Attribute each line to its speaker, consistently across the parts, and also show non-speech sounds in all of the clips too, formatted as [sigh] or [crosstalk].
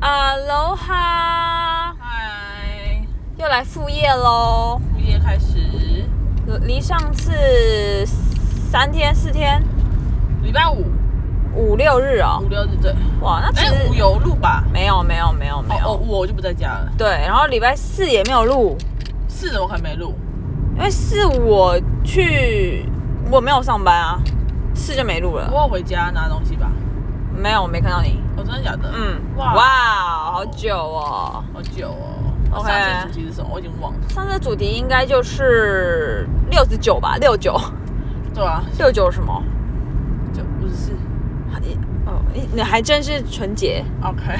Speaker 1: 啊喽哈，
Speaker 2: 嗨，
Speaker 1: 又来副业喽，
Speaker 2: 副业开始，
Speaker 1: 离上次三天四天
Speaker 2: 礼拜五
Speaker 1: 五六日哦
Speaker 2: 五，六日对，
Speaker 1: 哇，那其
Speaker 2: 哎，五
Speaker 1: 实
Speaker 2: 有录吧？
Speaker 1: 没有没有没有
Speaker 2: 哦
Speaker 1: 没
Speaker 2: 哦，
Speaker 1: 有，
Speaker 2: 我就不在家了，
Speaker 1: 对，然后礼拜四也没有录，
Speaker 2: 是的，我还没录，
Speaker 1: 因为四我去我没有上班啊，四就没录了，
Speaker 2: 我有回家拿东西吧？
Speaker 1: 没有我没看到你，
Speaker 2: 哦，真的假的？
Speaker 1: 嗯，哇，
Speaker 2: 哇
Speaker 1: 好久哦，
Speaker 2: 好久哦。
Speaker 1: OK
Speaker 2: 上次主题是什么？我已经忘了。
Speaker 1: 上次主题应该就是六十九吧，六九
Speaker 2: 对啊，
Speaker 1: 六九什么？
Speaker 2: 就不是
Speaker 1: 你哦，你你还真是纯洁。
Speaker 2: OK，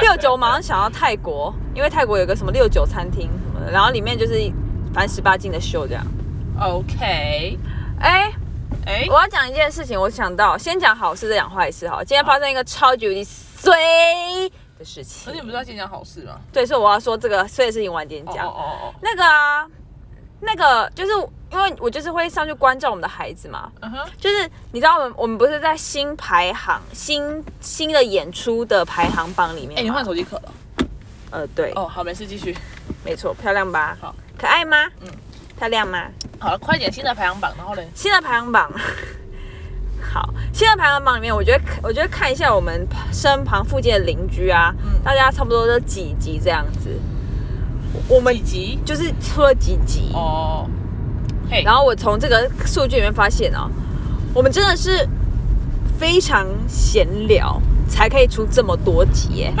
Speaker 1: 六九马上想到泰国，因为泰国有个什么六九餐厅什么的，然后里面就是凡十八禁的秀这样。
Speaker 2: OK，
Speaker 1: 哎、
Speaker 2: 哎
Speaker 1: 我，要讲一件事情，我想到先讲好事再讲坏事好了。今天发生一个超级无敌衰的事
Speaker 2: 而且
Speaker 1: 情，
Speaker 2: 你不是要先讲好事吗？
Speaker 1: 对，所以我要说这个衰的事情晚点
Speaker 2: 哦
Speaker 1: 讲。
Speaker 2: 哦哦哦，
Speaker 1: 那个啊，那个就是因为我就是会上去关照我们的孩子嘛，
Speaker 2: 嗯哼，
Speaker 1: 就是你知道我们我们不是在新排行新新的演出的排行榜里面吗？
Speaker 2: 哎，你换手机壳了？
Speaker 1: 呃，对，
Speaker 2: 哦，好，没事，继续。
Speaker 1: 没错，漂亮吧？
Speaker 2: 好，
Speaker 1: 可爱吗？嗯
Speaker 2: 嗯，
Speaker 1: 漂亮吗？
Speaker 2: 好了，快点，新的排行榜，然后嘞，
Speaker 1: 新的排行榜， [laughs] 好，新的排行榜里面，我觉得我觉得看一下我们身旁附近的邻居啊，
Speaker 2: 嗯
Speaker 1: 大家差不多都几级这样子，我们
Speaker 2: 几集？
Speaker 1: 就是出了几级。
Speaker 2: 哦，嘿，
Speaker 1: 然后我从这个数据里面发现哦，我们真的是非常闲聊才可以出这么多集耶，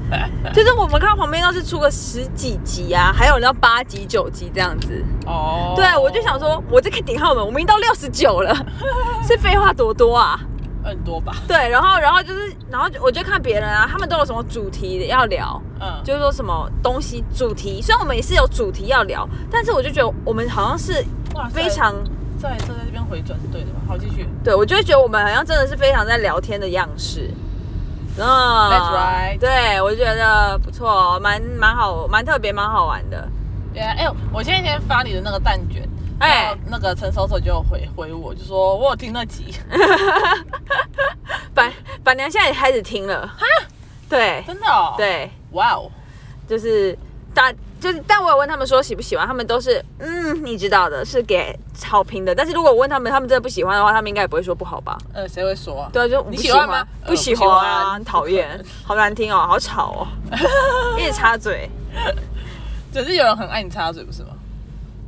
Speaker 2: [laughs]
Speaker 1: 就是我们看旁边都是出个十几集啊，还有人到八集、九集这样子。
Speaker 2: 哦，
Speaker 1: 对，啊我就想说，我这个顶号们，我们已经到六十九了， [laughs] 是废话多多啊。
Speaker 2: 很多吧，
Speaker 1: 对，然后然后就是，然后就我就看别人啊，他们都有什么主题要聊，
Speaker 2: 嗯，
Speaker 1: 就是说什么东西主题。虽然我们也是有主题要聊，但是我就觉得我们好像是
Speaker 2: 哇塞
Speaker 1: 非常，
Speaker 2: 在这在这边回转是对的吧？好，继续
Speaker 1: 对我就会觉得我们好像真的是非常在聊天的样式。嗯
Speaker 2: That's right
Speaker 1: 对我就觉得不错哦，蛮蛮好，蛮特别，蛮好玩的。
Speaker 2: 对啊，哎、我前几天发你的那个蛋卷，
Speaker 1: 哎
Speaker 2: 哎，那个陈手手就有回回我，就说我有听那集，
Speaker 1: 板板娘现在也开始听了，哈，对
Speaker 2: [laughs] 真的、哦，，
Speaker 1: 对。
Speaker 2: 哇哦，
Speaker 1: 就是大就是，但我有问他们说喜不喜欢，他们都是嗯，你知道的，是给好评的。但是如果我问他们，他们真的不喜欢的话，他们应该也不会说不好吧？
Speaker 2: 呃，谁会说啊？
Speaker 1: 对啊，就
Speaker 2: 你
Speaker 1: 不
Speaker 2: 喜欢吗
Speaker 1: 不喜欢
Speaker 2: 呃不喜
Speaker 1: 啊， [laughs]
Speaker 2: 欢
Speaker 1: 很讨厌，好难听哦，好吵 [laughs] 哦，一直插嘴。
Speaker 2: 只是有人很爱你插嘴，不是吗？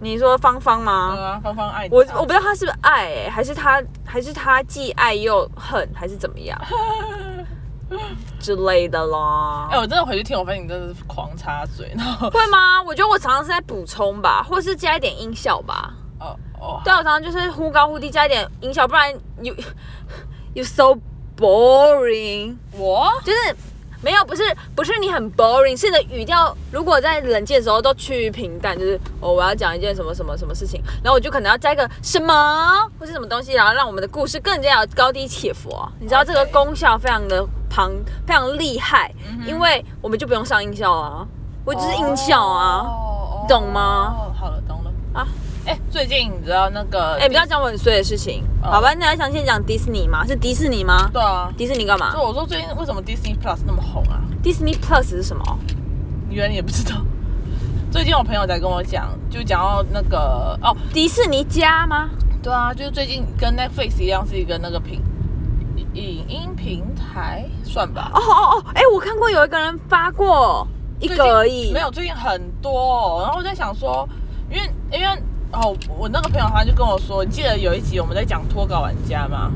Speaker 1: 你说芳芳
Speaker 2: 对
Speaker 1: 吗？
Speaker 2: 啊，芳芳爱你插嘴，
Speaker 1: 我我不知道他是不是爱、欸，还是他还是他既爱又恨，还是怎么 [laughs] 样之类的啦
Speaker 2: 哎、。我真的回去听，我发现你真的是狂插 [laughs] 嘴，然后
Speaker 1: 会吗？我觉得我常常是在补充吧，或是加一点音效吧。
Speaker 2: 哦哦，
Speaker 1: 对啊，我常常就是忽高忽低加一点音效，不然 you [laughs] you so boring，
Speaker 2: [laughs] 我
Speaker 1: 就是没有不是不是你很 boring，是你的语调如果在冷静的时候都趋于平淡，就是哦我要讲一件什么什么什么事情，然后我就可能要加一个什么或是什么东西，然后让我们的故事更加有高低起伏、啊。你知道这个
Speaker 2: OK 嗯
Speaker 1: 功效非常的庞非常厉害，因为我们就不用上音效啊，我就是音效啊。
Speaker 2: 哦
Speaker 1: 你懂吗？
Speaker 2: 哦好了，懂了
Speaker 1: 啊。
Speaker 2: 哎、最近你知道那个？
Speaker 1: 哎、不要讲我很衰的事情，
Speaker 2: 哦
Speaker 1: 好吧？那还想先讲迪士尼吗？是迪士尼吗？
Speaker 2: 对啊，
Speaker 1: 迪士尼干嘛
Speaker 2: 就我说最近为什么 Disney Plus 那么红啊？
Speaker 1: ？Disney Plus 是什么？
Speaker 2: 你原来也不知道。 [laughs] 最近我朋友在跟我讲，就讲到那个哦，
Speaker 1: 迪士尼家吗？
Speaker 2: 对啊，就是最近跟 Netflix 一样是一个那个平影音平台，算吧。
Speaker 1: 哦哦哦，哎、我看过有一个人发过一
Speaker 2: 最
Speaker 1: 个
Speaker 2: 近
Speaker 1: 而已，
Speaker 2: 没有，最近很多、哦。然后我在想说，因为因为哦，我那个朋友他就跟我说，你记得有一集我们在讲脱稿玩家吗？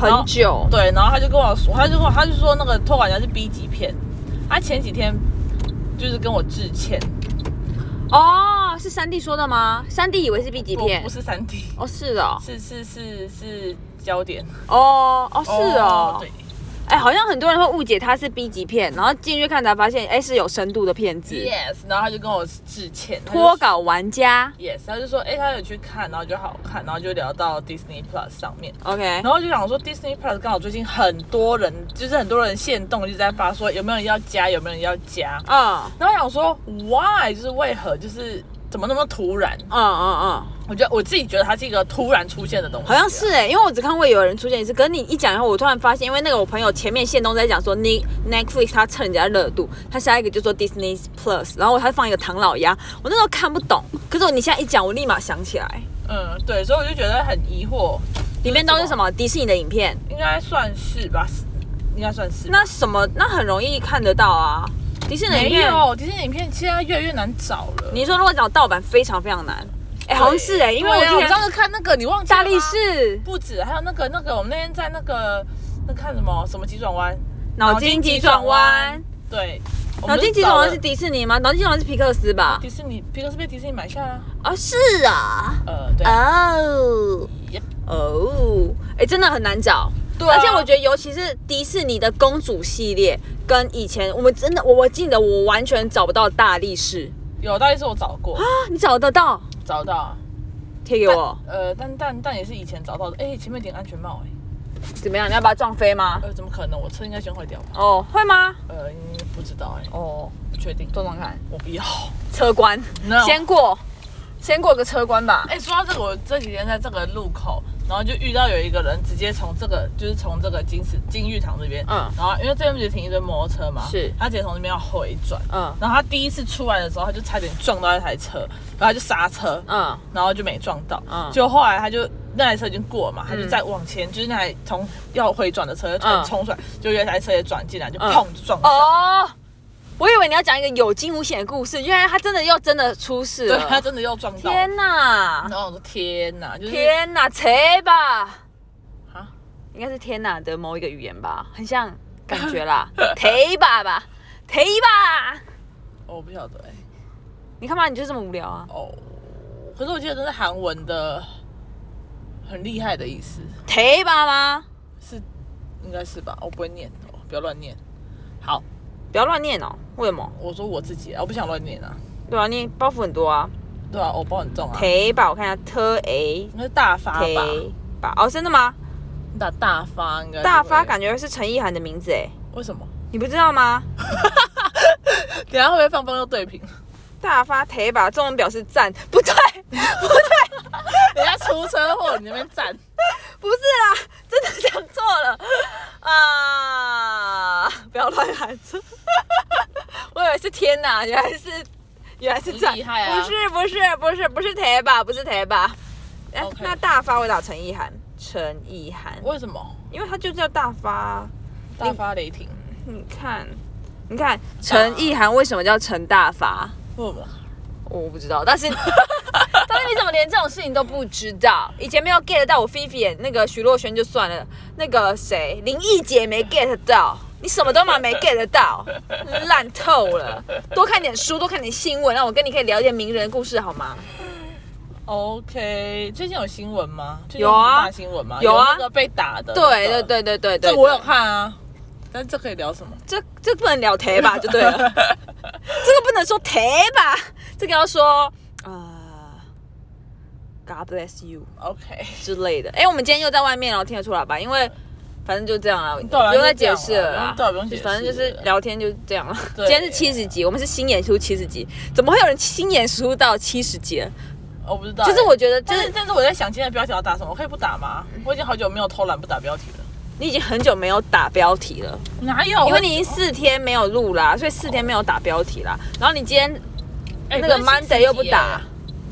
Speaker 1: 很久。
Speaker 2: 对，然后他就跟我说，他就跟我他就说那个托管家是 B 级片，他前几天就是跟我致歉，
Speaker 1: 哦，是三弟说的吗？三弟以为是 B 级
Speaker 2: 不
Speaker 1: 片
Speaker 2: 不。是三 D，
Speaker 1: 哦，是的哦，
Speaker 2: 是是是是焦点，
Speaker 1: 哦哦是哦，
Speaker 2: 对，
Speaker 1: 哎、好像很多人会误解它是 B 级片，然后进去看才发现，哎、是有深度的片子。
Speaker 2: yes，然后他就跟我致歉，他就
Speaker 1: 脱稿玩家
Speaker 2: ，yes，他就说，哎、他有去看，然后就好看，然后就聊到 Disney Plus 上面，
Speaker 1: ，OK，
Speaker 2: 然后就想说 Disney Plus 刚好最近很多人，就是很多人限动就在发说有没有人要加，有没有人要加，
Speaker 1: 嗯，
Speaker 2: 然后我想说 why 就是为何就是怎么那么突然？
Speaker 1: 嗯嗯嗯，
Speaker 2: 我觉得我自己觉得它是一个突然出现的东西，
Speaker 1: 好像是哎、因为我只看过有人出现一次，可是你一讲以后，我突然发现，因为那个我朋友前面线都在讲说，Ne- Netflix 他蹭人家热度，他下一个就说 Disney Plus，然后他放一个唐老鸭，我那时候看不懂，可是我你现在一讲，我立马想起来，
Speaker 2: 嗯，对，所以我就觉得很疑惑，
Speaker 1: 里面都是什么迪士尼的影片，
Speaker 2: 应该算是吧，是应该算是吧。
Speaker 1: 那什么那很容易看得到啊，迪士尼的影
Speaker 2: 没
Speaker 1: 片，
Speaker 2: 有，其实影片现在越来越难找了。
Speaker 1: 你说如果找盗版非常非常难，哎、好像是哎、因为我
Speaker 2: 对啊
Speaker 1: 之前
Speaker 2: 上次看那个，你忘记了
Speaker 1: 大
Speaker 2: 吗
Speaker 1: 力士
Speaker 2: 不止，还有那个那个，我们那天在那个那看什么什么急转弯，
Speaker 1: 脑筋急转弯，，
Speaker 2: 对，我
Speaker 1: 脑
Speaker 2: 们就
Speaker 1: 筋急转弯
Speaker 2: 找
Speaker 1: 是
Speaker 2: 了
Speaker 1: 迪士尼吗？脑筋急转弯是皮克斯吧？
Speaker 2: 迪士尼，皮克斯被迪士尼买下了，
Speaker 1: 啊，是啊。
Speaker 2: 呃，对，
Speaker 1: 哦
Speaker 2: Yep
Speaker 1: 哦，哎，真的很难找。
Speaker 2: 对啊
Speaker 1: 而且我觉得，尤其是迪士尼的公主系列，跟以前我们真的，我我记得我完全找不到大力士
Speaker 2: 有，大力士我找过，
Speaker 1: 啊，你找得到？
Speaker 2: 找到，啊
Speaker 1: 贴给我，
Speaker 2: 呃，但但但也是以前找到的，哎，前面顶安全帽，哎，
Speaker 1: 怎么样？你要把它撞飞吗？
Speaker 2: 呃，怎么可能？我车应该先坏掉吧？
Speaker 1: 哦，会吗？
Speaker 2: 呃，嗯不知道，哎，
Speaker 1: 哦，
Speaker 2: 不确定，
Speaker 1: 撞撞看，
Speaker 2: 我不要。
Speaker 1: 车关
Speaker 2: No
Speaker 1: 先过，先过个车关吧。
Speaker 2: 哎、说到这个，我这几天在这个路口，然后就遇到有一个人直接从这个，就是从这个金石金玉堂这边，
Speaker 1: 嗯
Speaker 2: 嗯，然后因为这边不是停一堆摩托车嘛，
Speaker 1: 是
Speaker 2: 他直接从那边要回转，
Speaker 1: 嗯
Speaker 2: 然后他第一次出来的时候，他就差点撞到一台车，然后他就刹车，
Speaker 1: 嗯
Speaker 2: 然后就没撞到，
Speaker 1: 嗯
Speaker 2: 就后来他就那台车已经过了嘛，他就
Speaker 1: 嗯
Speaker 2: 再往前，就是那台从要回转的车就突然
Speaker 1: 嗯
Speaker 2: 冲出来，就有一台车也转进来，就
Speaker 1: 嗯
Speaker 2: 砰就撞到。
Speaker 1: 哦，我以为你要讲一个有惊无险的故事，原来他真的又真的出事
Speaker 2: 对，他
Speaker 1: 了。
Speaker 2: 真的又撞到。
Speaker 1: 哦天哪！
Speaker 2: 然后我说天哪，就是
Speaker 1: 天哪，切吧，
Speaker 2: 啊，
Speaker 1: 应该是天哪的某一个语言吧，很像感觉啦， [laughs] 忒吧吧，忒吧，
Speaker 2: 哦我不晓得哎、
Speaker 1: 你看嘛，你就这么无聊啊，
Speaker 2: 哦，可是我记得这是韩文的，很厉害的意思，
Speaker 1: 忒吧吗？
Speaker 2: 是应该是吧？我不会念，哦、不要乱念。好，
Speaker 1: 不要乱念哦，为什么？
Speaker 2: 我说我自己啊，我不想乱念啊。
Speaker 1: 对啊，你包袱很多啊，
Speaker 2: 对啊，我包很重啊，
Speaker 1: 忒吧，我看一下，特诶，
Speaker 2: 应该是大发吧？
Speaker 1: 忒吧，哦，真的吗？
Speaker 2: 你打大发应该就会
Speaker 1: 大发感觉是陈意涵的名字哎，
Speaker 2: 为什么？
Speaker 1: 你不知道吗？
Speaker 2: 等一下会不会放风又对 [laughs] 平？
Speaker 1: 大发忒吧，中文表示赞，不对，不对，
Speaker 2: 人家出车祸，你那边站。
Speaker 1: 不是啦，真的讲错了啊！不要乱喊出， [laughs] 我以为是天哪，原来是原来是这样，
Speaker 2: 很厉害啊
Speaker 1: 不是不是不是不是台吧，不是台吧？哎
Speaker 2: OK
Speaker 1: 那大发我打陈意涵，陈意涵，
Speaker 2: 为什么？
Speaker 1: 因为他就叫大发啊，
Speaker 2: 大发雷霆？
Speaker 1: 你看，你看陈意涵为什么叫陈大发？
Speaker 2: 为什么？
Speaker 1: 我不知道， [laughs] 但是但是你怎么连这种事情都不知道？以前没有 get 到我菲菲那个徐若瑄就算了，那个谁林忆姐没 get 到，你什么都嘛没 get 到，烂透了。多看点书，多看点新闻，让我跟你可以聊一点名人故事好吗？
Speaker 2: OK，最近有新闻吗？最近
Speaker 1: 有啊
Speaker 2: 什么大新闻吗？
Speaker 1: 有啊
Speaker 2: 那个被打
Speaker 1: [laughs]
Speaker 2: 的、
Speaker 1: 对对。对对对对，
Speaker 2: 这我有看啊，但这可以聊什么？
Speaker 1: 这这不能聊台吧，就对了，这个不能说台吧，这个要说呃，God bless you。
Speaker 2: OK，
Speaker 1: 之类的。哎、我们今天又在外面哦，听得出来吧？因为反正就这样啦，
Speaker 2: 对啊
Speaker 1: 不用再解释了啦。
Speaker 2: 对啊不用解释了
Speaker 1: 反正就是聊天就是这样了。今
Speaker 2: 对
Speaker 1: 天是七十集，我们是新演出七十集，怎么会有人新演出到七十集？
Speaker 2: 我不知道欸。
Speaker 1: 就是我觉得，就
Speaker 2: 但是
Speaker 1: 是
Speaker 2: 但是我在想今天的标题要打什么，我可以不打吗？我已经好久没有偷懒不打标题了。
Speaker 1: 你已经很久没有打标题了，
Speaker 2: 哪有？
Speaker 1: 因为你已经四天没有录啦，所以四天没有打标题啦。然后你今天
Speaker 2: 哎
Speaker 1: 那个
Speaker 2: 可是70
Speaker 1: Monday 又不
Speaker 2: 集
Speaker 1: 打，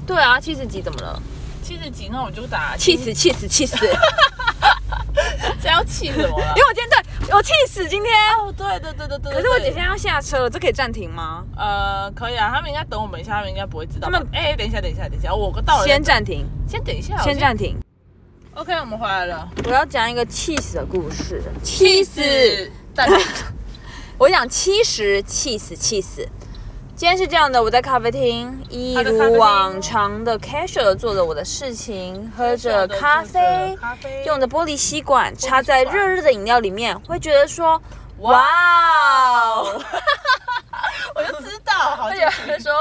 Speaker 1: 对啊，七十集怎么了？
Speaker 2: 七十集，那我就
Speaker 1: [laughs]
Speaker 2: 打
Speaker 1: 气死气死气死！
Speaker 2: [laughs]
Speaker 1: 因
Speaker 2: 这要气什
Speaker 1: [laughs]
Speaker 2: 么了？
Speaker 1: 为我今天对我气死今天，
Speaker 2: 哦，对对对对对。
Speaker 1: 可是我姐
Speaker 2: 对
Speaker 1: 现在要下车了，这可以暂停吗？
Speaker 2: 呃，可以啊，他们应该等我们一下，他们应该不会知道吧。
Speaker 1: 他们
Speaker 2: 哎，等一下，等一下，等一下，我到了。
Speaker 1: 先暂停，
Speaker 2: 先等一下，
Speaker 1: 先
Speaker 2: 我
Speaker 1: 暂停。
Speaker 2: OK，我们回来了。
Speaker 1: 我要讲一个气死的故事，气死！
Speaker 2: 大家
Speaker 1: 我讲七十，气死，气死！今天是这样的，我在咖啡厅，一
Speaker 2: 他的咖啡
Speaker 1: 如
Speaker 2: 厅
Speaker 1: 往常的 casual 地做着我的事情， [laughs] 喝着咖啡，
Speaker 2: 咖啡
Speaker 1: 用着玻璃吸管插在
Speaker 2: 吸管
Speaker 1: 热热的饮料里面，会觉得说，哇哦！
Speaker 2: 我就知道，好
Speaker 1: 会
Speaker 2: 继
Speaker 1: 觉
Speaker 2: 续
Speaker 1: 得说，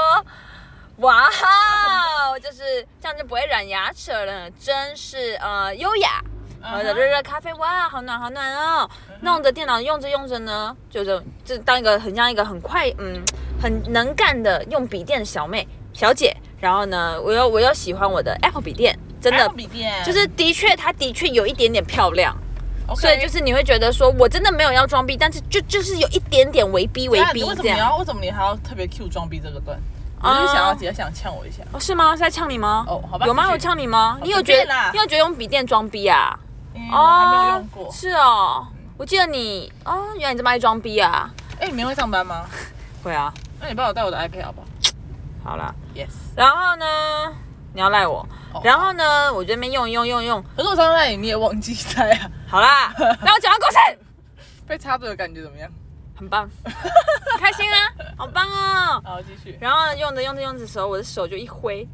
Speaker 1: 哇哦，就是这样就不会染牙齿了，真是呃优雅。
Speaker 2: 嗯哼
Speaker 1: 喝着热热咖啡，哇，好暖好暖哦！
Speaker 2: 嗯
Speaker 1: 弄着电脑用着用着呢，就是就当一个很像一个很快嗯很能干的用笔电的小妹小姐，然后呢，我又我又喜欢我的 Apple 笔电，真的
Speaker 2: Apple 笔电
Speaker 1: 就是的确它的确有一点点漂亮，
Speaker 2: OK，
Speaker 1: 所以就是你会觉得说我真的没有要装逼，但是就就是有一点点为逼为
Speaker 2: 那
Speaker 1: 逼
Speaker 2: 啊你为什
Speaker 1: 这
Speaker 2: 么你
Speaker 1: 样。
Speaker 2: 要为什么你还要特别 Q 装逼这个段？我
Speaker 1: 啊
Speaker 2: 就想要姐姐想呛我一下，
Speaker 1: 哦，是吗？是在呛你吗？
Speaker 2: 哦好吧
Speaker 1: 有吗？
Speaker 2: 继续
Speaker 1: 有呛你吗？
Speaker 2: 好
Speaker 1: 你有觉
Speaker 2: 随便啦
Speaker 1: 得你有觉得用笔电装逼啊？
Speaker 2: 嗯，我还没有用过。
Speaker 1: 是哦，我记得你哦，原来你这么爱装逼啊。
Speaker 2: 哎，你明天会上班吗？
Speaker 1: 会啊，
Speaker 2: 那你帮我带我的 iPad 好不好
Speaker 1: 好啦，
Speaker 2: ？Yes。
Speaker 1: 然后呢，你要赖我，
Speaker 2: 哦
Speaker 1: 然后呢，我这边用用用用，
Speaker 2: 可是我上次带你，你也忘记带啊， [laughs]
Speaker 1: 好啦， [laughs] 让我讲完故事，
Speaker 2: 被插队的感觉怎么样？
Speaker 1: 很棒，很 [laughs] 开心啊，好棒哦。
Speaker 2: 好，继续。
Speaker 1: 然后用着用着用着的时候，我的手就一挥，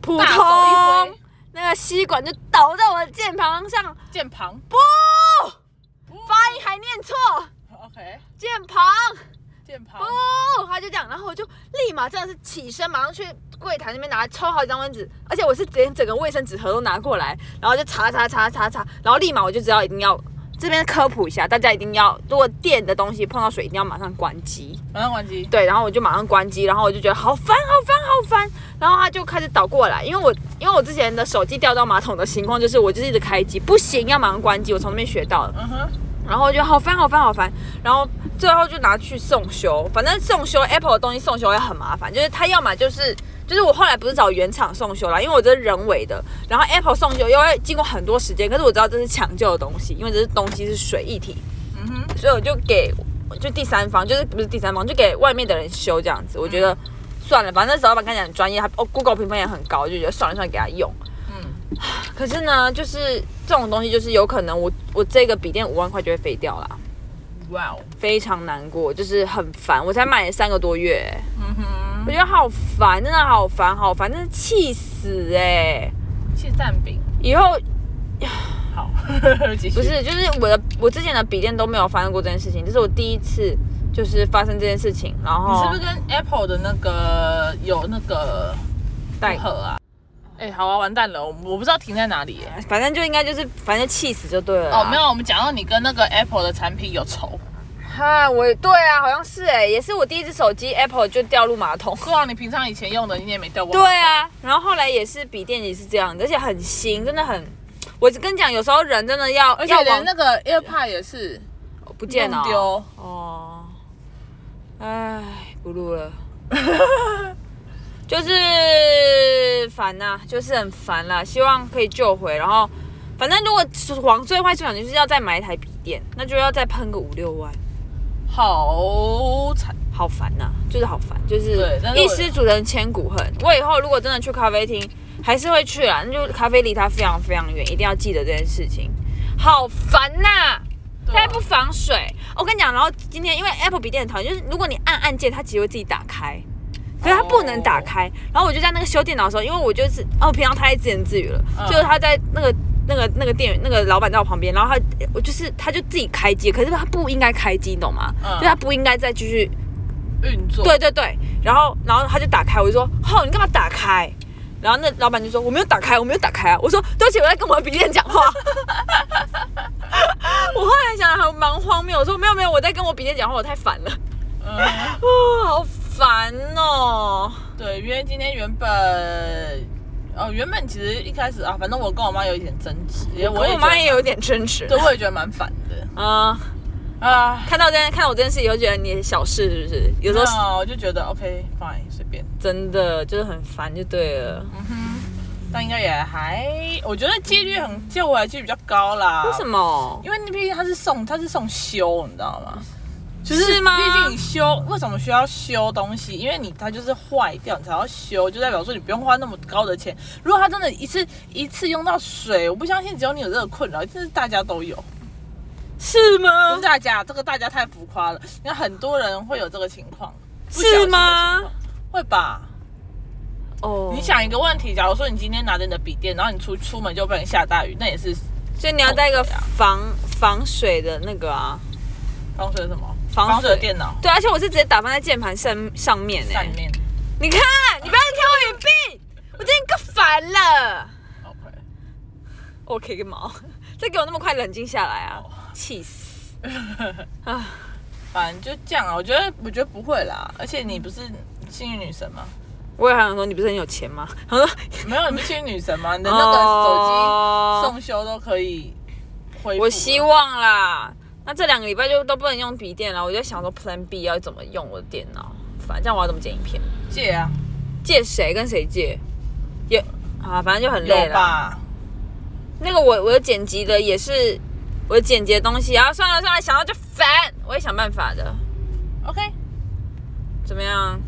Speaker 1: 扑
Speaker 2: 大手一
Speaker 1: 通
Speaker 2: 挥，，
Speaker 1: 那个吸管就倒在我的键盘上，
Speaker 2: 键旁。
Speaker 1: 不，发音还念错，
Speaker 2: OK，
Speaker 1: 键盘。
Speaker 2: 键旁。
Speaker 1: 哦，他就这样，然后我就立马真的是起身，马上去柜台那边拿抽好几张卫生纸，而且我是连整个卫生纸盒都拿过来，然后就擦擦擦擦擦，然后立马我就知道一定要这边科普一下，大家一定要如果电的东西碰到水一定要马上关机，
Speaker 2: 马上关机。
Speaker 1: 对，然后我就马上关机，然后我就觉得好烦好烦好烦，然后他就开始倒过来，因为我因为我之前的手机掉到马桶的情况就是我就是一直开机，不行要马上关机，我从那边学到的。
Speaker 2: 嗯哼。
Speaker 1: 然后我就好烦好烦好烦，然后最后就拿去送修，反正送修 Apple 的东西送修也很麻烦，就是它要么就是就是我后来不是找原厂送修啦，因为我这是人为的，然后 Apple 送修又会经过很多时间，可是我知道这是抢救的东西，因为这是东西是水一体，
Speaker 2: 嗯哼。
Speaker 1: 所以我就给就第三方，就是不是第三方，就给外面的人修这样子，我觉得算了，反正那时候老板看起来很专业，他哦 Google 评分也很高，我就觉得算了算了给他用。
Speaker 2: 嗯。
Speaker 1: 可是呢，就是这种东西，就是有可能我我这个笔电五万块就会飞掉啦。
Speaker 2: 哇哦。
Speaker 1: 非常难过，就是很烦。我才买了三个多月，
Speaker 2: 嗯哼。
Speaker 1: 我觉得好烦，真的好烦，好烦，真的气死哎、
Speaker 2: 气蛋饼。
Speaker 1: 以后
Speaker 2: 好， [laughs] 继续。
Speaker 1: 不是，就是我的我之前的笔电都没有发生过这件事情，这是我第一次就是发生这件事情，然
Speaker 2: 你
Speaker 1: 后
Speaker 2: 是不是跟 Apple 的那个有那个
Speaker 1: 代
Speaker 2: 盒啊？哎、好啊，完蛋了，我我不知道停在哪里耶、
Speaker 1: 反正就应该就是反正气死就对啊了啦。
Speaker 2: 哦，没有，我们讲到你跟那个 Apple 的产品有仇，
Speaker 1: 哈，我对啊，好像是哎、也是我第一只手机 Apple 就掉入马桶。
Speaker 2: 对啊，你平常以前用的你也没掉
Speaker 1: [laughs]
Speaker 2: 过。
Speaker 1: 对，啊，然后后来也是笔电也是这样，而且很新，真的很。我跟你讲，有时候人真的要
Speaker 2: 而且
Speaker 1: 要
Speaker 2: 连
Speaker 1: 往
Speaker 2: 那个 AirPod 也是
Speaker 1: 不见了、
Speaker 2: 弄丢。
Speaker 1: 哦，唉，不录
Speaker 2: [laughs]
Speaker 1: 了，就是烦呐、就是很烦啦。希望可以救回，然后反正如果往最坏处想，就是要再买一台笔电，那就要再喷个五六万，
Speaker 2: 好惨，
Speaker 1: 好烦呐、就是好烦，就是
Speaker 2: 对但是我
Speaker 1: 一失足成千古恨。我以后如果真的去咖啡厅，还是会去啊啦，那就咖啡离它非常非常远，一定要记得这件事情，好烦呐、
Speaker 2: 对
Speaker 1: 它
Speaker 2: 啊
Speaker 1: 不防水。我跟你讲，然后今天因为 Apple 笔电很讨厌，就是如果你按按键，它其实会自己打开，可是它不能打开。然后我就在那个修电脑的时候，因为我就是哦，平常他在自言自语了，
Speaker 2: 嗯
Speaker 1: 就是他在那个。那个那个店员那个老板在我旁边，然后他我就是他就自己开机，可是他不应该开机，你懂吗？
Speaker 2: 嗯
Speaker 1: 就他不应该再继续
Speaker 2: 运作。
Speaker 1: 对对对，然后然后他就打开，我就说：“哦吼，你干嘛打开？”然后那老板就说：“我没有打开，我没有打开啊。”我说：“对不起，我在跟我的笔电讲话。” [laughs] 我后来想还蛮荒谬，我说：“没有没有，我在跟我笔电讲话，我太烦了，
Speaker 2: 嗯，
Speaker 1: 哦，好烦哦。
Speaker 2: 对，因为今天原本，哦，原本其实一开始啊，反正我跟我妈有一点争执，也”
Speaker 1: 我
Speaker 2: 也
Speaker 1: 我
Speaker 2: 觉
Speaker 1: 妈
Speaker 2: 得，
Speaker 1: 也有点争执，
Speaker 2: 对，我也觉得蛮烦的
Speaker 1: 嗯，
Speaker 2: 啊。
Speaker 1: 看到这件看到我这件事以后，觉得你小事是不是？有时
Speaker 2: 没
Speaker 1: 候
Speaker 2: 有，我就觉得 OK fine 随便，
Speaker 1: 真的就是很烦，就对了。
Speaker 2: 嗯哼，但应该也还，我觉得几率很救回来几率比较高啦。
Speaker 1: 为什？么？
Speaker 2: 因为那毕竟它是送，它是送修，你知道吗？
Speaker 1: 是吗
Speaker 2: 毕竟你修，为什么需要修东西？因为你它就是坏掉，你才要修，就代表说你不用花那么高的钱。如果它真的一次一次用到水，我不相信只有你有这个困扰，这是大家都
Speaker 1: 嗯
Speaker 2: 有。
Speaker 1: 是
Speaker 2: 不
Speaker 1: 吗
Speaker 2: 是？大家，这个大家太浮夸了，你看很多人会有这个情况，不小心
Speaker 1: 是
Speaker 2: 的
Speaker 1: 吗
Speaker 2: 情况？会吧？
Speaker 1: 哦，
Speaker 2: 你，想一个问题，假如说你今天拿着你的笔电，然后你出出门就被人下大雨，那也是
Speaker 1: 所以你要带一个
Speaker 2: 对啊
Speaker 1: 防防水的那个啊。
Speaker 2: 防水什么？
Speaker 1: 防水
Speaker 2: 水的电脑
Speaker 1: 对，而且我是直接打翻在键盘上上面哎、
Speaker 2: 上面。
Speaker 1: 你看，你不要挑我语病，我真的够烦了。
Speaker 2: OK，
Speaker 1: OK 个毛， [laughs] 再给我那么快冷静下来啊
Speaker 2: 哦，
Speaker 1: 气死！
Speaker 2: 反正就这样啊。我觉得，我觉得不会啦。而且你不是幸运女神吗？
Speaker 1: 我也还想说，你不是很有钱吗？他说
Speaker 2: 没有，你不是女神吗？你的那个手机送修都可以恢复了。
Speaker 1: 哦我希望啦。那这两个礼拜就都不能用笔电了，我就在想说 Plan B 要怎么用我的电脑，反正这样我要怎么剪影片？
Speaker 2: 借啊，
Speaker 1: 借谁跟谁借？也啊，反正就很累
Speaker 2: 有
Speaker 1: 了。
Speaker 2: 吧？
Speaker 1: 那个我我有剪辑的也是我剪辑的东西啊，算了算了，想到就烦，我也想办法的。
Speaker 2: OK，
Speaker 1: 怎么样？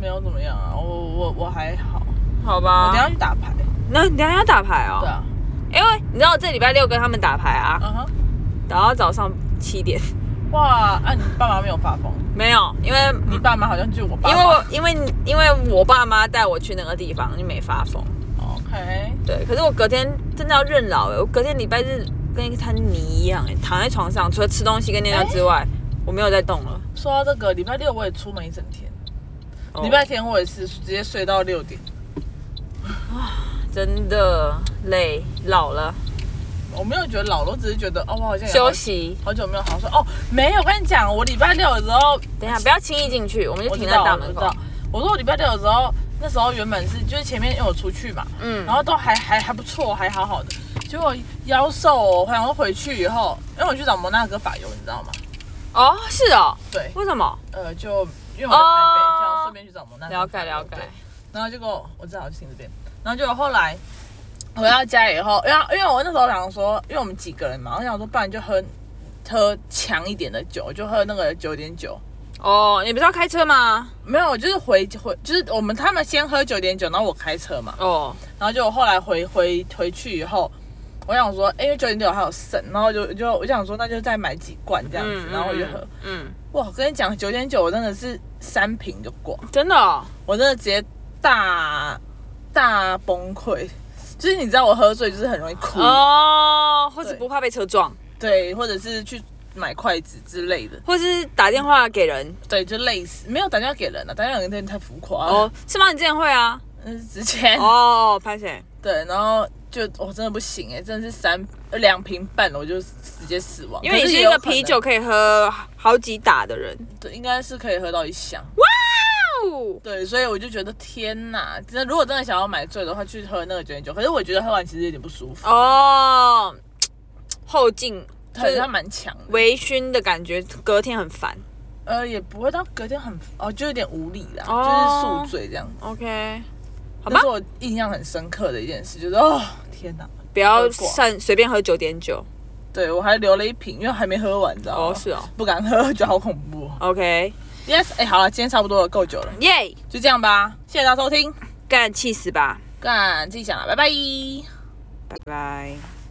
Speaker 2: 没有怎么样啊，我我我还好。
Speaker 1: 好
Speaker 2: 我
Speaker 1: 吧
Speaker 2: 等一。下去打牌。
Speaker 1: 那你等一下要打牌哦。
Speaker 2: 对啊，
Speaker 1: 因为你知道我这礼拜六跟他们打牌啊，
Speaker 2: 嗯哼，
Speaker 1: 打到早上七点。
Speaker 2: 哇，啊，你爸妈没有发疯？
Speaker 1: 没有，因为
Speaker 2: 你爸妈好像就我爸
Speaker 1: 因为
Speaker 2: 妈。
Speaker 1: 我因为因为我爸妈带我去那个地方，就没发疯。
Speaker 2: OK，
Speaker 1: 对，可是我隔天真的要认老哎、我隔天礼拜日跟一滩泥一样哎、躺在床上，除了吃东西跟尿尿之外，我没有再动了。
Speaker 2: 说到这个，礼拜六我也出门一整天，
Speaker 1: 哦
Speaker 2: 礼拜天我也是直接睡到六点。
Speaker 1: 真的累，老了，
Speaker 2: 我没有觉得老了，我只是觉得哦，我好像也好
Speaker 1: 休息。
Speaker 2: 好久没有好好睡哦。没有，我跟你讲，我礼拜六的时候
Speaker 1: 等一下，不要轻易进去，我们就
Speaker 2: 我知
Speaker 1: 停在
Speaker 2: 道，
Speaker 1: 大
Speaker 2: 我
Speaker 1: 门
Speaker 2: 知
Speaker 1: 口。
Speaker 2: 道。我说我礼拜六的时候，那时候原本是就是前面因为我出去嘛，
Speaker 1: 嗯
Speaker 2: 然，后都还还还不错，还好好的。结果腰瘦、哦，我想说回去以后，因为我去找摩纳哥法油，你知道吗？
Speaker 1: 哦，是哦，
Speaker 2: 对，
Speaker 1: 为什么？
Speaker 2: 呃，就因为我在台北，
Speaker 1: 哦
Speaker 2: 这样顺便去找摩纳哥
Speaker 1: 了解
Speaker 2: 法油
Speaker 1: 了解
Speaker 2: 对然后结果我只好去听这边，然后结果后来回到家以后，因为因为我那时候想说，因为我们几个人嘛，我想说不然就喝喝强一点的酒，就喝那个九点九。
Speaker 1: 哦，你不是要开车吗？
Speaker 2: 没有，就是回回就是我们他们先喝九点九，然后我开车嘛，
Speaker 1: 哦，
Speaker 2: 然后就后来回回回去以后，我想说，哎，因为九点九还有剩，然后就就我想说，那就再买几罐这样子，然后我就喝。
Speaker 1: 嗯，
Speaker 2: 哇，我跟你讲，九点九我真的是三瓶就过，
Speaker 1: 嗯真的、哦，
Speaker 2: 我真的直接大大崩溃。就是你知道我喝醉就是很容易哭，
Speaker 1: 哦，或是
Speaker 2: 对
Speaker 1: 不怕被车撞，
Speaker 2: 对，或者是去买筷子之类的，
Speaker 1: 或是打电话给人，
Speaker 2: 对，就累死。没有打电话给人啊了、打电话给人太浮夸了，
Speaker 1: 哦，是吗？你之前会啊？
Speaker 2: 那是之前。
Speaker 1: 哦，拍谁？
Speaker 2: 对，然后就我、真的不行哎、真的是三两瓶半了，我就直接死亡。
Speaker 1: 因为
Speaker 2: 可
Speaker 1: 你是
Speaker 2: 也
Speaker 1: 一
Speaker 2: 有
Speaker 1: 个
Speaker 2: 可能
Speaker 1: 啤酒，可以喝好几打的人。
Speaker 2: 对，应该是可以喝到一箱。
Speaker 1: 哦，
Speaker 2: 对，所以我就觉得天哪，真的，如果真的想要买醉的话，去喝那个九点九。可是我觉得喝完其实有点不舒服，
Speaker 1: 哦，后劲就
Speaker 2: 对，它
Speaker 1: 是
Speaker 2: 蛮强的，
Speaker 1: 微醺的感觉，隔天很烦。
Speaker 2: 呃，也不会到隔天很哦，就有点无力啦，
Speaker 1: 哦
Speaker 2: 就是宿醉这样。
Speaker 1: OK，好
Speaker 2: 那
Speaker 1: 吧
Speaker 2: 是，我印象很深刻的一件事，就是哦，天哪，
Speaker 1: 不要
Speaker 2: 喝过
Speaker 1: 散随便喝九点九。
Speaker 2: 对我还留了一瓶，因为还没喝完，你知道吗？
Speaker 1: 哦，是哦。
Speaker 2: 不敢喝， [laughs] 觉得好恐怖哦。
Speaker 1: OK，
Speaker 2: Yes，哎、好了，今天差不多了，够久了，
Speaker 1: 耶，
Speaker 2: 就这样吧，谢谢大家收听。
Speaker 1: 干气死吧，
Speaker 2: 啊干，自己想了，拜拜。
Speaker 1: 拜拜。